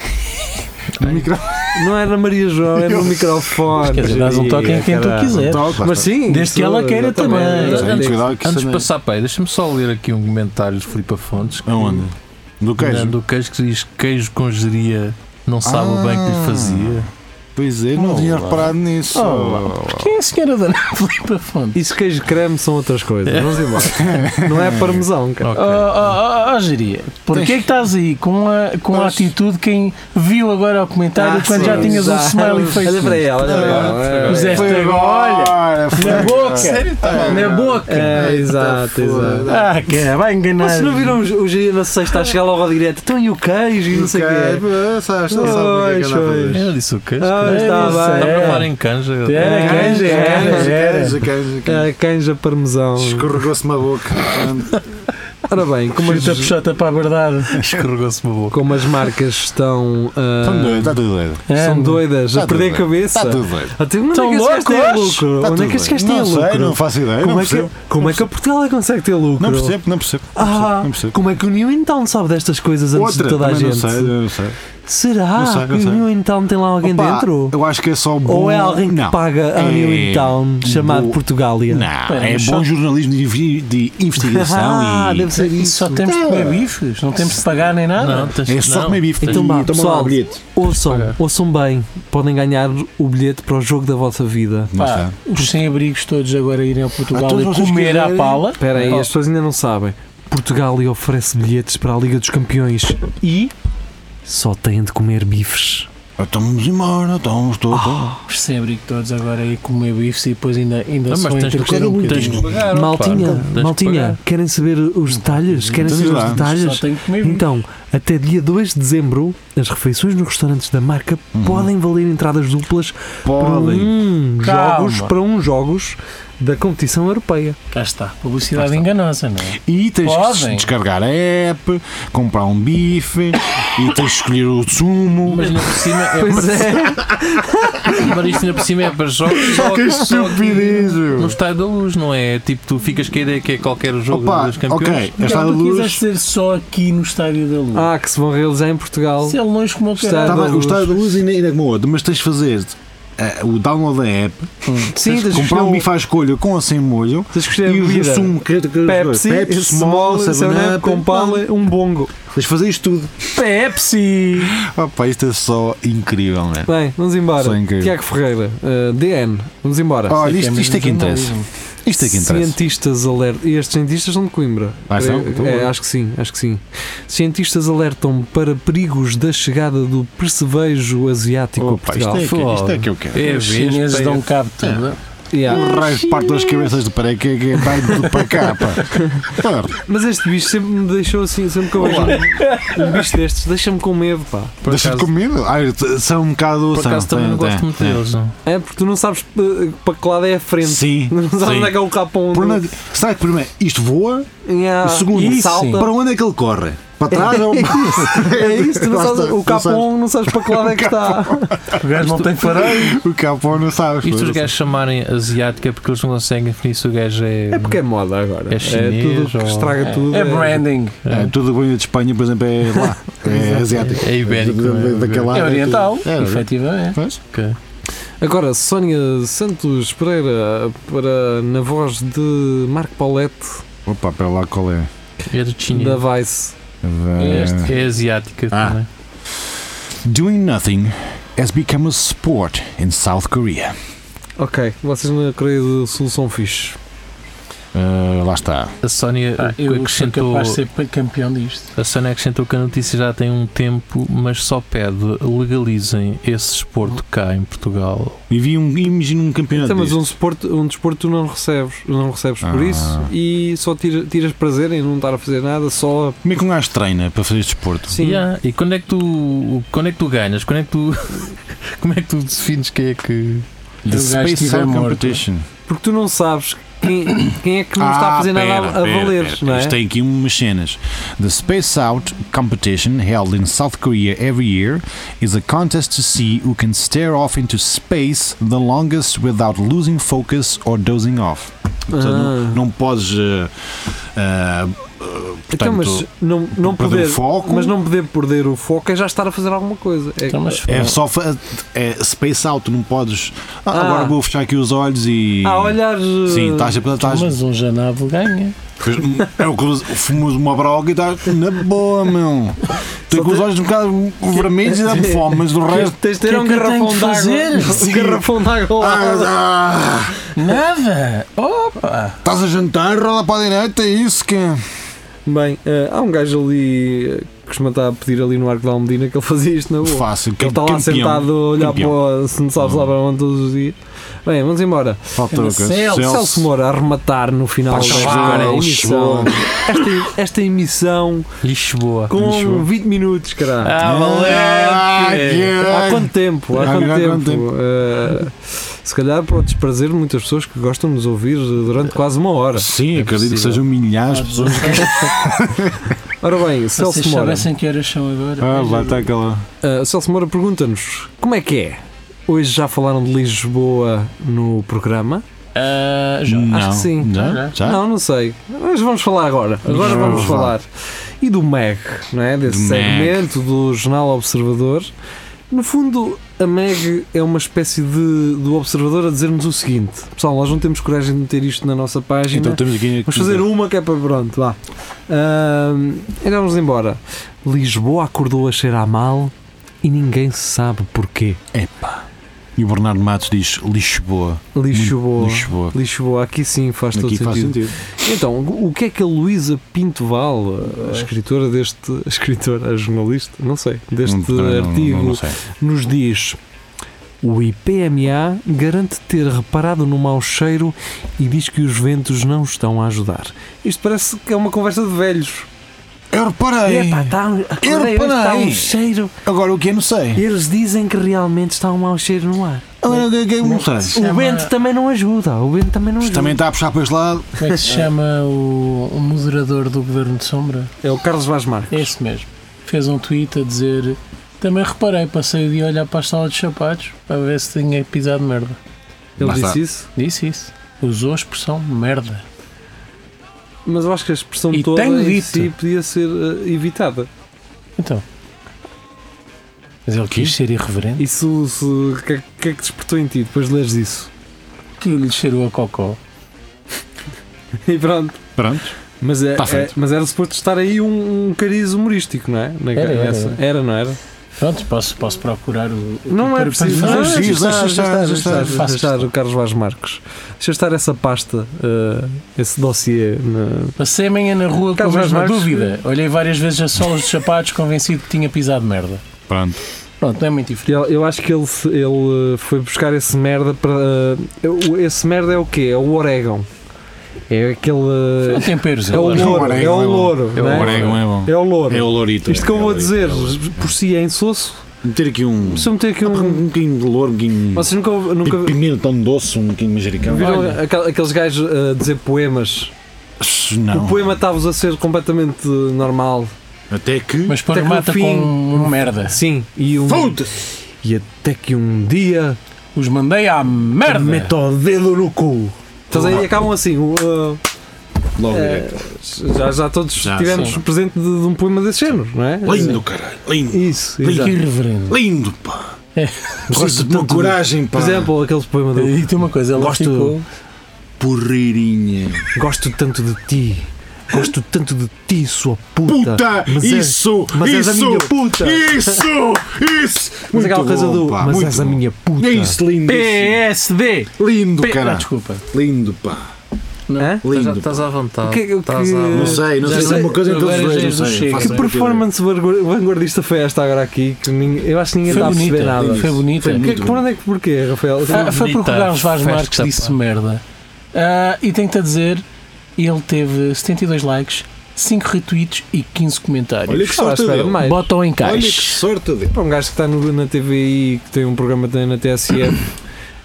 Speaker 4: No micro-
Speaker 3: Não era Maria João, era no microfone.
Speaker 2: Quer dizer, dás um toque em quem tu
Speaker 3: caralho.
Speaker 2: quiseres.
Speaker 4: Toque, lá
Speaker 3: Mas
Speaker 4: está.
Speaker 3: sim,
Speaker 2: Desde que
Speaker 3: isso,
Speaker 2: ela queira
Speaker 3: exatamente,
Speaker 2: também.
Speaker 4: Mas
Speaker 3: exatamente.
Speaker 4: antes, cuidado que
Speaker 7: Antes
Speaker 4: isso
Speaker 7: de
Speaker 4: não-
Speaker 7: passar para aí, deixa-me só ler aqui um comentário do Filipe Fontes.
Speaker 4: é Aonde? Do queijo?
Speaker 7: Do queijo que diz que queijo com geria não sabe o bem que lhe fazia.
Speaker 4: Pois é, não tinha reparado nisso.
Speaker 2: Oh, Quem é a senhora da Ana Filipe Fonte?
Speaker 3: Isso queijo creme são outras coisas. Vamos embora. Não é parmesão, cara.
Speaker 7: Ok.
Speaker 2: Oh, oh, oh, oh, Geria, porquê é que estás aí com a, com a atitude quem viu agora o comentário
Speaker 3: Ah,
Speaker 2: quando
Speaker 3: sim,
Speaker 2: já tinhas um
Speaker 3: exato.
Speaker 2: smiley
Speaker 3: Olha para
Speaker 2: face? Ah,
Speaker 3: ela, olha para ela. É.
Speaker 2: Puseste
Speaker 4: Foi
Speaker 2: agora,
Speaker 4: agora, foi
Speaker 3: Ah,
Speaker 2: na boca,
Speaker 4: agora.
Speaker 2: na boca.
Speaker 3: tá É, exato, exato.
Speaker 2: Ah, que vai enganar.
Speaker 3: Mas se não viram o dia na sexta a chegar logo ao direto, então e o queijo e não sei o é. quê.
Speaker 4: Ok, Sabes, não sabe o que é que
Speaker 3: Pois,
Speaker 4: anda a fazer.
Speaker 7: Eu disse o queijo.
Speaker 3: Ah,
Speaker 7: cara.
Speaker 3: está
Speaker 7: Dá
Speaker 2: é,
Speaker 3: bem.
Speaker 7: para
Speaker 2: é.
Speaker 7: falar em canja.
Speaker 2: Era
Speaker 3: canja, Ah,
Speaker 2: canja,
Speaker 3: era,
Speaker 2: era, era.
Speaker 4: Queijo,
Speaker 2: é.
Speaker 4: queijo.
Speaker 3: É, A canja parmesão.
Speaker 4: Escorregou-se uma boca.
Speaker 3: Ah. Ora bem, como
Speaker 2: Puxou-te a
Speaker 3: as,
Speaker 2: puxota para a verdade.
Speaker 7: É, Escorregou-se uma boca.
Speaker 3: como as marcas estão. ah,
Speaker 4: Estão Tá doido, está tudo doido.
Speaker 2: É.
Speaker 3: São doidas, a
Speaker 4: Tá
Speaker 3: perder a
Speaker 4: tudo bem. Está
Speaker 3: cabeça.
Speaker 4: tudo doido.
Speaker 3: Até onde
Speaker 2: Estão
Speaker 3: é que este gajo tem lucro?
Speaker 2: loucos?
Speaker 3: Onde
Speaker 4: Está
Speaker 3: é
Speaker 4: Tá tudo
Speaker 3: que este
Speaker 4: doido.
Speaker 3: gajo tem
Speaker 4: Não sei, não
Speaker 3: lucro?
Speaker 4: faço ideia.
Speaker 3: Como
Speaker 4: Não
Speaker 3: é que,
Speaker 4: percebo.
Speaker 3: como é que a Portela consegue ter lucro?
Speaker 4: Não percebo, não percebo.
Speaker 3: Ah,
Speaker 4: Não percebo.
Speaker 3: como é que o New In Town sabe destas coisas antes
Speaker 4: Outra,
Speaker 3: de toda a
Speaker 4: também
Speaker 3: gente?
Speaker 4: não sei, não sei.
Speaker 3: Será
Speaker 4: Não sei, não
Speaker 3: que
Speaker 4: sei.
Speaker 3: o New In Town tem lá alguém
Speaker 4: Opa,
Speaker 3: dentro?
Speaker 4: Eu acho que é só bom.
Speaker 3: Ou é alguém que
Speaker 4: não.
Speaker 3: paga ao
Speaker 4: É
Speaker 3: New In Town chamado
Speaker 4: bo-
Speaker 3: Portugália?
Speaker 4: Não,
Speaker 2: Espera,
Speaker 4: é
Speaker 2: mas
Speaker 4: bom
Speaker 2: só-
Speaker 4: jornalismo de, invi- de investigação
Speaker 3: Ah,
Speaker 4: e. é
Speaker 3: deve ser
Speaker 2: E
Speaker 3: isso. Ah.
Speaker 2: só temos de comer bifes, não temos de pagar nem nada.
Speaker 7: Não, tens
Speaker 4: É só
Speaker 7: não.
Speaker 4: comer bife.
Speaker 3: Então
Speaker 4: E
Speaker 3: vá,
Speaker 4: toma lá
Speaker 3: pessoal.
Speaker 4: o bilhete.
Speaker 3: Ouçam,
Speaker 5: Ok.
Speaker 3: ouçam bem. Podem ganhar o bilhete para o jogo da vossa vida.
Speaker 4: Não
Speaker 2: Pá,
Speaker 4: está.
Speaker 2: os sem-abrigos todos agora irem a Portugal
Speaker 4: Ah, todos
Speaker 2: e
Speaker 4: vocês
Speaker 2: comer à
Speaker 4: querem-
Speaker 2: pala. Oh,
Speaker 3: Espera aí,
Speaker 4: Oh.
Speaker 3: as pessoas ainda não sabem. Portugália oferece bilhetes para a Liga dos Campeões e só têm de comer bifes.
Speaker 4: Então vamos embora, então estou.
Speaker 3: Ah,
Speaker 4: estou.
Speaker 2: Os sem-abrigo todos agora irem comer bifes e depois ainda, ainda
Speaker 7: Não,
Speaker 2: se vão
Speaker 7: mas tens de
Speaker 2: entreter
Speaker 7: pagar.
Speaker 2: um
Speaker 7: Tens
Speaker 2: bocadinho.
Speaker 7: de pagar.
Speaker 3: maltinha,
Speaker 7: opa. Tens de
Speaker 3: maltinha, querem saber os detalhes? Querem
Speaker 4: Então
Speaker 3: saber
Speaker 4: diz lá.
Speaker 3: os detalhes?
Speaker 2: Só tenho que comer bifes.
Speaker 3: Então, até dia 2 de dezembro, as refeições nos restaurantes da marca podem valer entradas duplas para
Speaker 4: Uhum. Podem.
Speaker 3: um
Speaker 2: Calma.
Speaker 3: jogos, para um jogos da competição europeia.
Speaker 2: Cá está, publicidade enganosa, não é?
Speaker 4: E tens que
Speaker 2: Podem.
Speaker 4: des- descarregar a app, comprar um bife e tens de escolher o sumo.
Speaker 7: Mas ainda por cima é
Speaker 3: Pois é,
Speaker 7: Mas isto ainda por cima é para jogos só,
Speaker 4: Que
Speaker 7: só aqui
Speaker 4: estupidez, meu.
Speaker 7: no estádio da luz, não é? Tipo, tu ficas com a ideia que é qualquer jogo
Speaker 4: Opa,
Speaker 7: dos campeões.
Speaker 4: ok, esta
Speaker 2: Então, tu quiseste
Speaker 4: luz.
Speaker 2: ser só aqui no Estádio da Luz.
Speaker 3: ah, que se vão realizar em Portugal.
Speaker 2: Se é longe como o
Speaker 3: Está-
Speaker 2: caralho. é
Speaker 4: Tá bem,
Speaker 3: luz.
Speaker 4: o estado da luz ainda ainda como o outro, mas tens de fazer eh, o download da app,
Speaker 3: Sim, tens que
Speaker 4: comprar um
Speaker 3: escolher
Speaker 4: bife à escolha com ou sem molho
Speaker 3: tens que escolher
Speaker 4: e o
Speaker 3: bebida.
Speaker 4: sumo que, que,
Speaker 3: É Pepsi,
Speaker 4: Pepsi,
Speaker 3: Small, é
Speaker 4: Small,
Speaker 3: Seven Up, com
Speaker 4: Pala.
Speaker 3: pala, um bongo.
Speaker 4: Tens de fazer isto tudo.
Speaker 3: Pepsi!
Speaker 4: Opa, isto é só incrível, né?
Speaker 3: Bem, vamos embora.
Speaker 4: Só incrível.
Speaker 3: Tiago Ferreira, eh, DN, vamos embora.
Speaker 4: Olha, isto, isto é que interessa. Isto é que interessa.
Speaker 3: Cientistas alertam. E estes cientistas são de Coimbra.
Speaker 4: Ah, são? Então,
Speaker 3: É,
Speaker 4: boa.
Speaker 3: acho que sim, acho que sim. Cientistas alertam para perigos da chegada do percevejo asiático a
Speaker 4: Opa,
Speaker 3: Portugal.
Speaker 4: isto, é que, isto é que eu quero.
Speaker 7: É
Speaker 2: Os chineses
Speaker 7: vespa, é-
Speaker 2: dão cabo de tudo.
Speaker 3: Yeah.
Speaker 4: O Um raio de parte das cabeças de parede que é que é vai de para cá, pá. Porra,
Speaker 3: Mas este bicho sempre me deixou assim, sempre que eu vejo um, um bicho destes, deixa-me com medo, pá.
Speaker 7: por
Speaker 4: Deixa-te
Speaker 7: acaso-
Speaker 4: com medo. Ai, t- são um bocado.
Speaker 7: Por
Speaker 4: são,
Speaker 7: acaso também
Speaker 4: tem-
Speaker 7: não gosto
Speaker 4: tem-
Speaker 7: muito
Speaker 4: tem.
Speaker 7: deles, não.
Speaker 3: É porque tu não sabes eh, para que lado é a frente.
Speaker 4: Sim.
Speaker 3: Não sabes
Speaker 7: Sim.
Speaker 3: onde é que é o capão.
Speaker 4: Por onde é que- Será que primeiro isto voa?
Speaker 3: Yeah.
Speaker 4: O segundo,
Speaker 3: Isso.
Speaker 2: salta.
Speaker 4: Para onde é que ele corre? Para trás ou
Speaker 3: É isso, tu não
Speaker 4: Lá
Speaker 3: sabes,
Speaker 4: está,
Speaker 3: o
Speaker 4: não sabes.
Speaker 3: capão não sabes para que lado é que está.
Speaker 2: O gajo não tem farol.
Speaker 4: O capão não sabes.
Speaker 7: Isto
Speaker 4: pá,
Speaker 7: os
Speaker 4: não
Speaker 7: gajos chamarem asiático é porque eles não conseguem definir se o gajo é.
Speaker 3: É porque é moda agora.
Speaker 7: É chinês
Speaker 3: tudo que
Speaker 7: ou-
Speaker 3: estraga tudo.
Speaker 2: É branding.
Speaker 4: É, tudo bem de Espanha, por exemplo, é lá. É asiático.
Speaker 7: É ibérico,
Speaker 4: Da-
Speaker 7: não é?
Speaker 4: da- Daquela
Speaker 2: É
Speaker 4: área que-
Speaker 2: oriental,
Speaker 4: É,
Speaker 2: efetivamente.
Speaker 4: pois.
Speaker 3: Agora, Sónia Santos Pereira, para, na voz de Marco Paulette,
Speaker 4: Opa, pera lá qual é.
Speaker 7: É do
Speaker 3: da
Speaker 7: chinês.
Speaker 3: Vice.
Speaker 4: É-
Speaker 7: Este é asiática
Speaker 4: Ah.
Speaker 7: também.
Speaker 4: Doing nothing has become a sport in South Korea.
Speaker 3: Ok, vocês na Coreia do Sul são fixe.
Speaker 4: Uh, lá está.
Speaker 7: A Sónia
Speaker 2: Ah, eu sou
Speaker 7: acrescentou.
Speaker 2: capaz de ser pa- campeão
Speaker 5: É.
Speaker 2: disto.
Speaker 7: A Sónia acrescentou que a notícia já tem um tempo, mas só pede legalizem esse esporte cá em Portugal.
Speaker 4: E vi um, imagino um campeonato.
Speaker 3: Então, mas
Speaker 4: disto.
Speaker 3: um, desporto um desporto tu não recebes, não recebes por
Speaker 4: Ah.
Speaker 3: isso e só tira- tiras prazer em não estar a fazer nada, só a.
Speaker 4: Como é que um gajo treina para fazer este desporto?
Speaker 3: Sim.
Speaker 7: Yeah, E quando é que tu quando é que tu ganhas? Quando é que tu como é que tu defines quem é que
Speaker 2: gajo estiver morto.
Speaker 4: Competition.
Speaker 3: Porque tu não sabes quem, quem é que
Speaker 4: Ah,
Speaker 3: não está a fazer nada a, a valer, não é?
Speaker 4: Isto tem aqui umas cenas. The Space Out competition held in South Korea every year is a contest to see who can stare off into space the longest without losing focus or dozing off. Portanto,
Speaker 3: Ah.
Speaker 4: não, não podes. eh, eh,
Speaker 3: Então, mas
Speaker 4: portanto,
Speaker 3: não, não
Speaker 4: perder
Speaker 3: poder,
Speaker 4: o foco.
Speaker 3: mas não poder perder o foco é já estar a fazer alguma coisa. É,
Speaker 2: Então, mas,
Speaker 4: é só fa- é space out, não podes. "Ah,
Speaker 3: Ah.
Speaker 4: Agora vou fechar aqui os olhos e.
Speaker 3: a olhar. eh,
Speaker 4: Sim, tá, estás a. Estás,
Speaker 2: mas um janavo ganha.
Speaker 4: Pois, É o que eu- fumas uma broca e estás na boa, meu. Estou com os olhos um bocado vermelhos e dá-me fome, mas do resto.
Speaker 3: Tens de ter
Speaker 2: que é
Speaker 3: um
Speaker 2: que eu
Speaker 3: garrafão
Speaker 2: tenho que
Speaker 3: de água.
Speaker 2: fazer?
Speaker 3: Um
Speaker 4: Sim.
Speaker 3: garrafão de água ao lado.
Speaker 4: Ah, ah,
Speaker 2: Nada! Opa!
Speaker 4: estás a jantar, roda para a direita, é isso que. é.
Speaker 3: Bem, eh, há um gajo ali eh, que costuma estar a pedir ali no Arco da Almedina que ele fazia isto na boa.
Speaker 4: Fácil, é
Speaker 3: Ele está lá sentado a olhar
Speaker 4: um Campeão. Ah.
Speaker 3: para o. se não sabes lá para onde todos os dias. Bem, vamos embora.
Speaker 4: Faltou o
Speaker 2: Celso.
Speaker 3: é Celso, Moura a arrematar no final
Speaker 4: Pá,
Speaker 3: da
Speaker 4: chaval,
Speaker 3: emissão. Esta, esta emissão
Speaker 7: Lisboa.
Speaker 3: com 20 minutos, caralho.
Speaker 7: Ah, valeu!
Speaker 3: Há quanto tempo? Há
Speaker 4: Há
Speaker 3: quanto
Speaker 4: quanto
Speaker 3: tempo? Eh, se calhar para o desprazer de muitas pessoas que gostam de nos ouvir durante quase uma hora.
Speaker 4: Sim, acredito que um
Speaker 7: possível.
Speaker 4: sejam milhares de pessoas.
Speaker 3: Ora bem,
Speaker 2: Se
Speaker 3: Celso
Speaker 2: vocês
Speaker 3: Moura.
Speaker 2: soubessem que horas são agora.
Speaker 4: Ah, lá está aquela.
Speaker 3: Uh, Celso Moura pergunta-nos como é que é? Hoje já falaram de Lisboa no programa?
Speaker 2: Ah, já.
Speaker 4: Não.
Speaker 3: que sim.
Speaker 4: Já? Já?
Speaker 3: Não, não sei. Mas vamos falar agora. Agora
Speaker 4: Vamos
Speaker 3: vamos
Speaker 4: falar.
Speaker 3: falar. E do MEG, não é? Desse
Speaker 4: Do
Speaker 3: segmento do Jornal Observador. No fundo, a MEG é uma espécie de, do observador a dizer-nos o seguinte: Pessoal, nós não temos coragem de meter isto na nossa página.
Speaker 4: Então temos aqui.
Speaker 3: Vamos fazer uma que é para pronto, vá. Ahm, então vamos embora. Lisboa acordou a cheirar mal e ninguém sabe porquê.
Speaker 4: E o Bernardo Matos diz Lisboa.
Speaker 3: Lisboa.
Speaker 4: Lisboa.
Speaker 3: Lisboa, aqui sim faz todo
Speaker 4: Hum, Aqui faz
Speaker 3: sentido.
Speaker 4: sentido.
Speaker 3: Então, o que é que a Luísa Pintoval, a escritora deste. A escritora, a jornalista, não sei, deste
Speaker 4: Não- não- não-
Speaker 3: artigo,
Speaker 4: não sei.
Speaker 3: nos diz. O IPMA garante ter reparado no mau cheiro e diz que os ventos não estão a ajudar. Isto parece que é uma conversa de velhos.
Speaker 4: Eu reparei.
Speaker 3: Epá, tá, um- acordei hoje,
Speaker 4: reparei.
Speaker 3: está um cheiro.
Speaker 4: Agora o que é, não sei.
Speaker 3: Eles dizem que realmente está um mau cheiro no ar.
Speaker 4: Agora o que é que eu não sei.
Speaker 2: Chama-
Speaker 3: O vento também não ajuda. O vento também não
Speaker 4: Isto
Speaker 3: ajuda.
Speaker 4: também está a puxar para este lado.
Speaker 2: Como é que se chama o, o moderador do Governo de Sombra?
Speaker 3: É o Carlos Vaz Marques.
Speaker 2: É esse mesmo. Fez um tweet a dizer. Também reparei, passei o dia a olhar para a sala dos sapatos para ver se tinha pisado merda.
Speaker 3: Ele
Speaker 4: Lá
Speaker 3: disse
Speaker 4: está.
Speaker 3: isso.
Speaker 2: Disse isso. Usou a expressão merda.
Speaker 3: Mas eu acho que a expressão
Speaker 2: E
Speaker 3: toda
Speaker 2: tenho
Speaker 3: em
Speaker 2: dito.
Speaker 3: si podia ser eh, evitada.
Speaker 2: Então. Mas ele quis ser irreverente.
Speaker 3: E se o que, é- que é que despertou em ti depois de leres isso?
Speaker 2: Que lhe cheirou a cocó.
Speaker 3: E pronto.
Speaker 4: Pronto.
Speaker 3: Mas, é,
Speaker 4: Tá
Speaker 3: é-
Speaker 4: feito.
Speaker 3: mas era suposto estar aí um, um cariz humorístico, não é? Na-
Speaker 2: Era, era,
Speaker 3: nessa.
Speaker 2: era.
Speaker 3: não era?
Speaker 2: Pronto, posso, posso procurar o. o-
Speaker 3: Não
Speaker 2: para-
Speaker 3: é
Speaker 2: para
Speaker 3: preciso.
Speaker 2: fazer
Speaker 3: Não,
Speaker 4: isso.
Speaker 2: isto.
Speaker 3: deixa estar,
Speaker 4: Deixa estar,
Speaker 3: deixa estar,
Speaker 2: deixa
Speaker 3: deixa
Speaker 2: estar.
Speaker 3: estar o Carlos Vaz Marques. Deixa estar essa pasta, eh, esse dossiê na,
Speaker 2: Passei amanhã na rua com a
Speaker 3: Carlos
Speaker 2: mesma
Speaker 3: Marques-
Speaker 2: dúvida. Olhei várias vezes as solas dos sapatos convencido que tinha pisado merda.
Speaker 4: Pronto.
Speaker 2: Pronto, não é muito diferente.
Speaker 3: Eu, eu acho que ele, se- ele eh, foi buscar esse merda para. eh, o- Esse merda é o quê? É o orégão. É aquele.
Speaker 2: Não
Speaker 3: eh,
Speaker 2: tem peros.
Speaker 3: É o
Speaker 2: ele.
Speaker 4: o
Speaker 3: louro.
Speaker 4: orégão,
Speaker 3: É o
Speaker 4: é bom.
Speaker 3: louro.
Speaker 7: É o
Speaker 3: não é?
Speaker 7: orégão.
Speaker 4: é bom.
Speaker 3: É o é louro.
Speaker 4: lourito.
Speaker 3: Isto que eu vou dizer, por si é insosso.
Speaker 4: Meter aqui um.
Speaker 3: Se eu meter aqui um.
Speaker 4: Um bocadinho de louro, um bocadinho.
Speaker 3: Vocês nunca. nunca
Speaker 4: de Pimenta tão doce, um bocadinho de manjericão.
Speaker 3: viram
Speaker 2: olha.
Speaker 3: aquel- aqueles gajos a dizer poemas?
Speaker 4: Não.
Speaker 3: O poema estava-vos a ser completamente eh, normal.
Speaker 4: Até que.
Speaker 2: Mas
Speaker 3: Até
Speaker 2: para
Speaker 3: que
Speaker 2: mata
Speaker 3: no fim-
Speaker 2: com um merda.
Speaker 3: Sim. E um. E até que um dia.
Speaker 2: Os mandei à merda.
Speaker 3: Mete o dedo no cu. Estás aí e acabam assim. o, eh,
Speaker 4: Logo
Speaker 3: É,
Speaker 4: direto.
Speaker 3: já, já todos
Speaker 4: Já,
Speaker 3: tivemos
Speaker 2: sim.
Speaker 3: presente de, de um poema desse género, não é?
Speaker 4: Lindo, caralho. Lindo.
Speaker 3: Isso,
Speaker 2: Que
Speaker 3: exato.
Speaker 2: irreverente.
Speaker 4: Lindo, pá.
Speaker 2: É.
Speaker 4: Preciso de uma
Speaker 3: tanto de-
Speaker 4: coragem, pá.
Speaker 3: Por exemplo, aquele poema do
Speaker 2: E tem uma coisa, ela
Speaker 3: Gosto-
Speaker 2: ficou.
Speaker 4: Porreirinha.
Speaker 3: Gosto tanto de ti, gosto tanto de ti, sua puta.
Speaker 4: Puta!
Speaker 3: mas és-
Speaker 4: Isso!
Speaker 3: mas és
Speaker 4: isso!
Speaker 3: a minha puta.
Speaker 4: Isso! Isso!
Speaker 3: Mas é aquela coisa do. mas és a minha puta.
Speaker 4: É isso, lindo. isso.
Speaker 2: PSD!
Speaker 4: Lindo,
Speaker 2: P... Ah,
Speaker 4: caralho.
Speaker 2: desculpa.
Speaker 4: Lindo, pá.
Speaker 3: Hã?
Speaker 4: Lindo.
Speaker 5: Estás à vontade.
Speaker 3: Que- que-
Speaker 5: Estás à
Speaker 4: tá, Não
Speaker 5: vontade.
Speaker 4: sei, não
Speaker 2: Tá,
Speaker 4: sei
Speaker 2: Já
Speaker 4: se é
Speaker 2: sei,
Speaker 4: uma coisa em todos
Speaker 2: agora
Speaker 4: os
Speaker 2: já
Speaker 4: dois, não
Speaker 2: não
Speaker 4: sei.
Speaker 2: chega.
Speaker 4: Faço
Speaker 3: Que
Speaker 4: ideia.
Speaker 3: performance vanguar- vanguardista foi esta agora aqui? Que ninguém- eu acho que ninguém
Speaker 2: Foi
Speaker 3: está a perceber
Speaker 2: bonita,
Speaker 3: nada.
Speaker 2: foi bonita.
Speaker 3: Que- que- por onde é que porquê, Rafael?
Speaker 2: Ah, foi porque o
Speaker 5: bonita,
Speaker 2: Carlos Vaz
Speaker 5: festa,
Speaker 2: Marques disse
Speaker 5: pá.
Speaker 2: merda. Ah, e tenho-te a dizer, ele teve 72 likes, 5 retweets e 15 comentários.
Speaker 4: Olha que
Speaker 3: Estava à
Speaker 4: sorte
Speaker 3: espera
Speaker 4: dele.
Speaker 3: mais.
Speaker 2: Bota o
Speaker 4: Olha que
Speaker 2: encaixe.
Speaker 3: tá
Speaker 4: sorte dele.
Speaker 3: Para um gajo que está no- na TVI, que tem um programa na na TSF,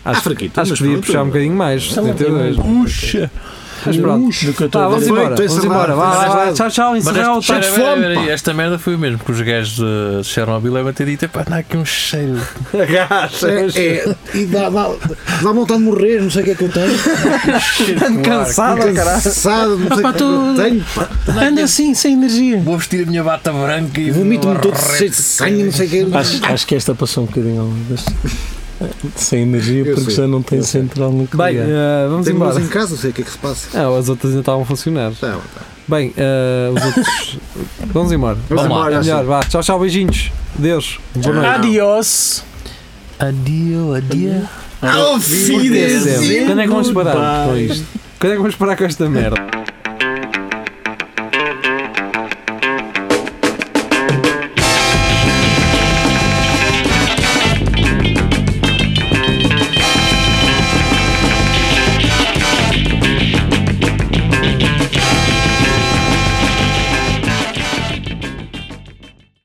Speaker 4: Às fraquitas.
Speaker 3: Acho
Speaker 4: mas
Speaker 3: que devia
Speaker 4: pronto.
Speaker 3: puxar um bocadinho mais.
Speaker 2: Sei lá, tem
Speaker 3: 72.
Speaker 2: mais-
Speaker 8: Puxa!
Speaker 3: Mas pronto.
Speaker 2: Do que eu estou
Speaker 3: Tá,
Speaker 2: a
Speaker 3: vamos
Speaker 2: dizer.
Speaker 3: embora.
Speaker 9: Bem, tô
Speaker 3: Vamos embora.
Speaker 9: encerrado, tô
Speaker 3: Vá, vá, vá.
Speaker 9: encerrado.
Speaker 3: Tchau, tchau.
Speaker 5: Mas
Speaker 3: Encerrar o
Speaker 5: este,
Speaker 3: chat.
Speaker 5: pera, pera, pera, pera, esta merda foi o mesmo, porque os gajos de Chernobyl
Speaker 7: é
Speaker 5: devem ter dito: pá, não há aqui um cheiro.
Speaker 4: É, é, e dá, dá, dá vontade de morrer, não sei o que é que eu tenho.
Speaker 3: Ando
Speaker 2: Ah,
Speaker 3: cansado, caralho.
Speaker 4: Cansado, não sei o
Speaker 2: pá,
Speaker 4: que é que eu
Speaker 2: tu-
Speaker 4: tenho.
Speaker 2: Anda assim, sem energia.
Speaker 5: Vou vestir a minha bata branca e.
Speaker 4: Vomito-me todo
Speaker 5: Arrete.
Speaker 4: cheio de sangue, não sei o que é.
Speaker 2: Acho, acho que esta passou um bocadinho ao longo deste- Sem energia,
Speaker 4: Eu
Speaker 2: porque
Speaker 4: sei,
Speaker 2: já não tem central nuclear.
Speaker 3: Bem, eh, vamos
Speaker 4: Tenho
Speaker 3: embora.
Speaker 4: luz em casa, não sei o que é que se passa.
Speaker 3: Ah, as outras ainda estavam a funcionar.
Speaker 4: Tá,
Speaker 3: Bem, eh, os outros. vamos embora.
Speaker 4: Vamos
Speaker 5: lá,
Speaker 4: embora, já sei.
Speaker 3: Melhor, vá. Tchau, tchau. Beijinhos. Deus. Boa noite.
Speaker 2: Adiós.
Speaker 5: Adio, adio.
Speaker 3: ah,
Speaker 4: Auf Wiedersehen.
Speaker 3: Quando é que vamos parar com isto? Quando é que vamos parar com esta merda?